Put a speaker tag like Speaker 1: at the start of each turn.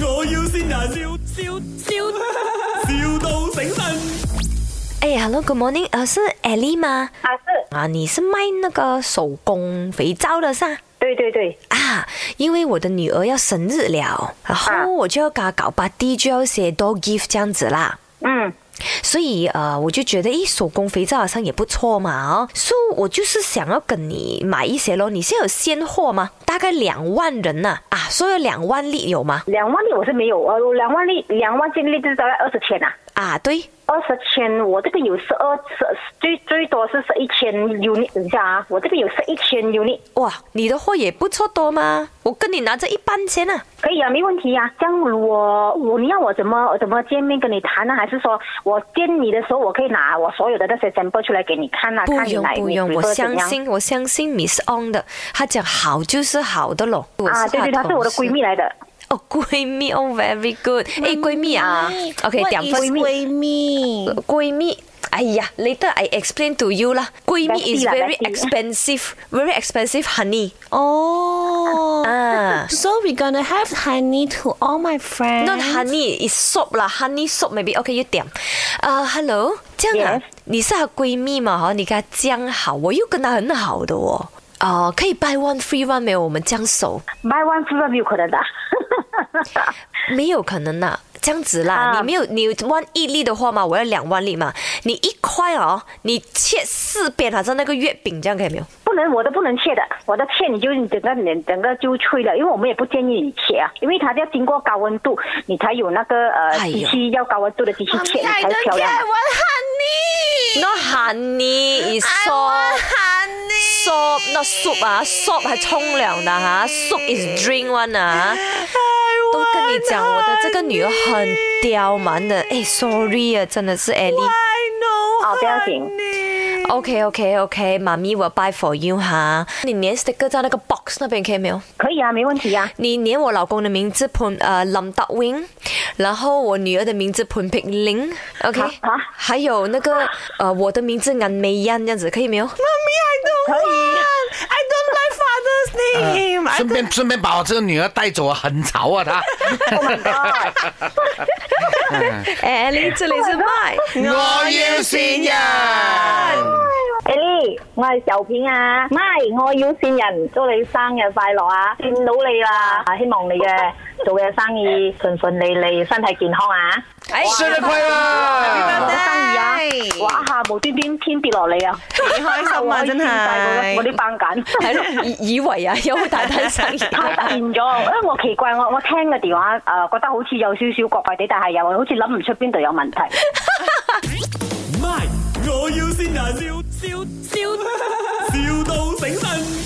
Speaker 1: 要先人，笑笑笑，,笑到醒神。
Speaker 2: 哎，Hello，Good morning，呃，是 Ellie 吗？
Speaker 3: 啊，是，
Speaker 2: 啊，你是卖那个手工肥皂的噻？
Speaker 3: 对对对，
Speaker 2: 啊，因为我的女儿要生日了，然
Speaker 3: 啊
Speaker 2: 后我就要给她搞 party，就要写 door gift 这样子啦。
Speaker 3: 嗯，
Speaker 2: 所以呃，我就觉得，咦，手工肥皂好像也不错嘛哦。所、以我就是想要跟你买一些咯。你现在有现货吗？大概两万人呐、啊，所有两万粒有吗？
Speaker 3: 两万粒我是没有，呃，两万粒，两万净利就是大概二十千呐、
Speaker 2: 啊，对，
Speaker 3: 二十千，我这边有十二十，最最多是十一千 unit，等一下啊，我这边有十一千 unit，
Speaker 2: 哇，你的货也不错多嘛，我跟你拿着一半钱啊。
Speaker 3: 可以啊，没问题呀、啊。这样我我你要我怎么怎么见面跟你谈呢？啊还是说我见你的时候，我可以拿我所有的那些 sample 出来给你看啊？
Speaker 2: 不
Speaker 3: 看你
Speaker 2: 用
Speaker 3: 哪
Speaker 2: 不
Speaker 3: 你
Speaker 2: 用，
Speaker 3: prefer
Speaker 2: 我相
Speaker 3: 怎样
Speaker 2: 信我相信 Miss On 的，她讲好就是好的咯。我
Speaker 3: 啊，
Speaker 2: 是
Speaker 3: 对对，她
Speaker 2: 她
Speaker 3: 是我的闺蜜来的。
Speaker 2: 同事哦，闺蜜哦，very good。哎，闺蜜啊，OK，
Speaker 4: What
Speaker 2: 兩
Speaker 4: is
Speaker 2: 分
Speaker 4: 闺 蜜
Speaker 2: 闺蜜。哎呀，later I explain to you 啦。闺蜜
Speaker 3: Bestie
Speaker 2: is
Speaker 3: 啦
Speaker 2: very
Speaker 3: bestie
Speaker 2: expensive，very expensive honey
Speaker 4: 哦。
Speaker 2: 啊。
Speaker 4: So we gonna have honey to all my friends.
Speaker 2: Not honey is soap 啦，honey soap maybe OK 一點。啊、h e l l o 这样啊
Speaker 3: Yes
Speaker 2: 你是她闺蜜嘛？哈，你跟她这样好，我又跟她很好的哦。哦、可以 buy one free one 没有？我们这样熟。
Speaker 3: Buy one free one 有可能的。
Speaker 2: 没有可能啦、这样子啦，
Speaker 3: 啊
Speaker 2: 你没有你万一粒的话嘛，我要两万粒嘛，你一块哦，你切四边好像那个月饼这样可以没有？
Speaker 3: 不能，我的不能切的，我的切你就你整个脸整个就脆了，因为我们也不建议你切啊，因为它要经过高温度，你才有那个呃
Speaker 2: 哎呦
Speaker 3: 机器要高温度的机器切，你
Speaker 5: 哎
Speaker 4: I
Speaker 3: 才
Speaker 4: don't
Speaker 3: 漂
Speaker 4: care. I
Speaker 3: 亮。哦
Speaker 4: want honey.
Speaker 2: Not honey is
Speaker 4: I
Speaker 2: soap.
Speaker 4: want honey.
Speaker 2: Soap not soup 啊，soap 係沖涼的哈，soap is drink one 啊。都跟你講，我的這個女兒很刁蠻的，哎，sorry 啊，真的是 Ellie。
Speaker 3: 哦，不要紧，
Speaker 2: OK OK OK，妈咪我 buy for you 哈，你粘 sticker 在那個 box 那邊可以沒有？
Speaker 3: 可以啊，没问题啊。
Speaker 2: 你连我老公的名字潘呃林德 wing，然后我女儿的名字潘碧玲，OK，
Speaker 3: 啊啊
Speaker 2: 还有那个呃我的名字颜美欣，这样子可以没有？
Speaker 3: 可以
Speaker 4: I don't like father's
Speaker 2: 呃
Speaker 4: name. I
Speaker 6: 顺
Speaker 4: don't-
Speaker 6: 便顺便把我这个女儿带走啊，很潮啊她。
Speaker 3: ，Oh my god！
Speaker 2: 哎，你这里是麦，
Speaker 6: 我要先人。
Speaker 5: Ellie，我哎係小片啊，咪我要線人，祝你生日快樂啊！見到你啦，啊希望你嘅做嘅生意順順利利，身體健康啊！
Speaker 2: 哎，
Speaker 6: 生日快
Speaker 3: 我
Speaker 6: 樂！
Speaker 3: 的生意啊
Speaker 4: Hey，
Speaker 3: 哇下無端端偏跌落嚟啊！
Speaker 4: 幾開 心啊真係
Speaker 3: 我啲班緊。
Speaker 2: 係咯，哎以以為啊有大單生意。
Speaker 3: 太突然咗，因為我奇怪，我我聽個電話誒、呃，覺得好似有少少怪怪地，但係又好似諗唔出邊度有問題。
Speaker 1: My，我要先人，笑笑笑，,笑到醒神。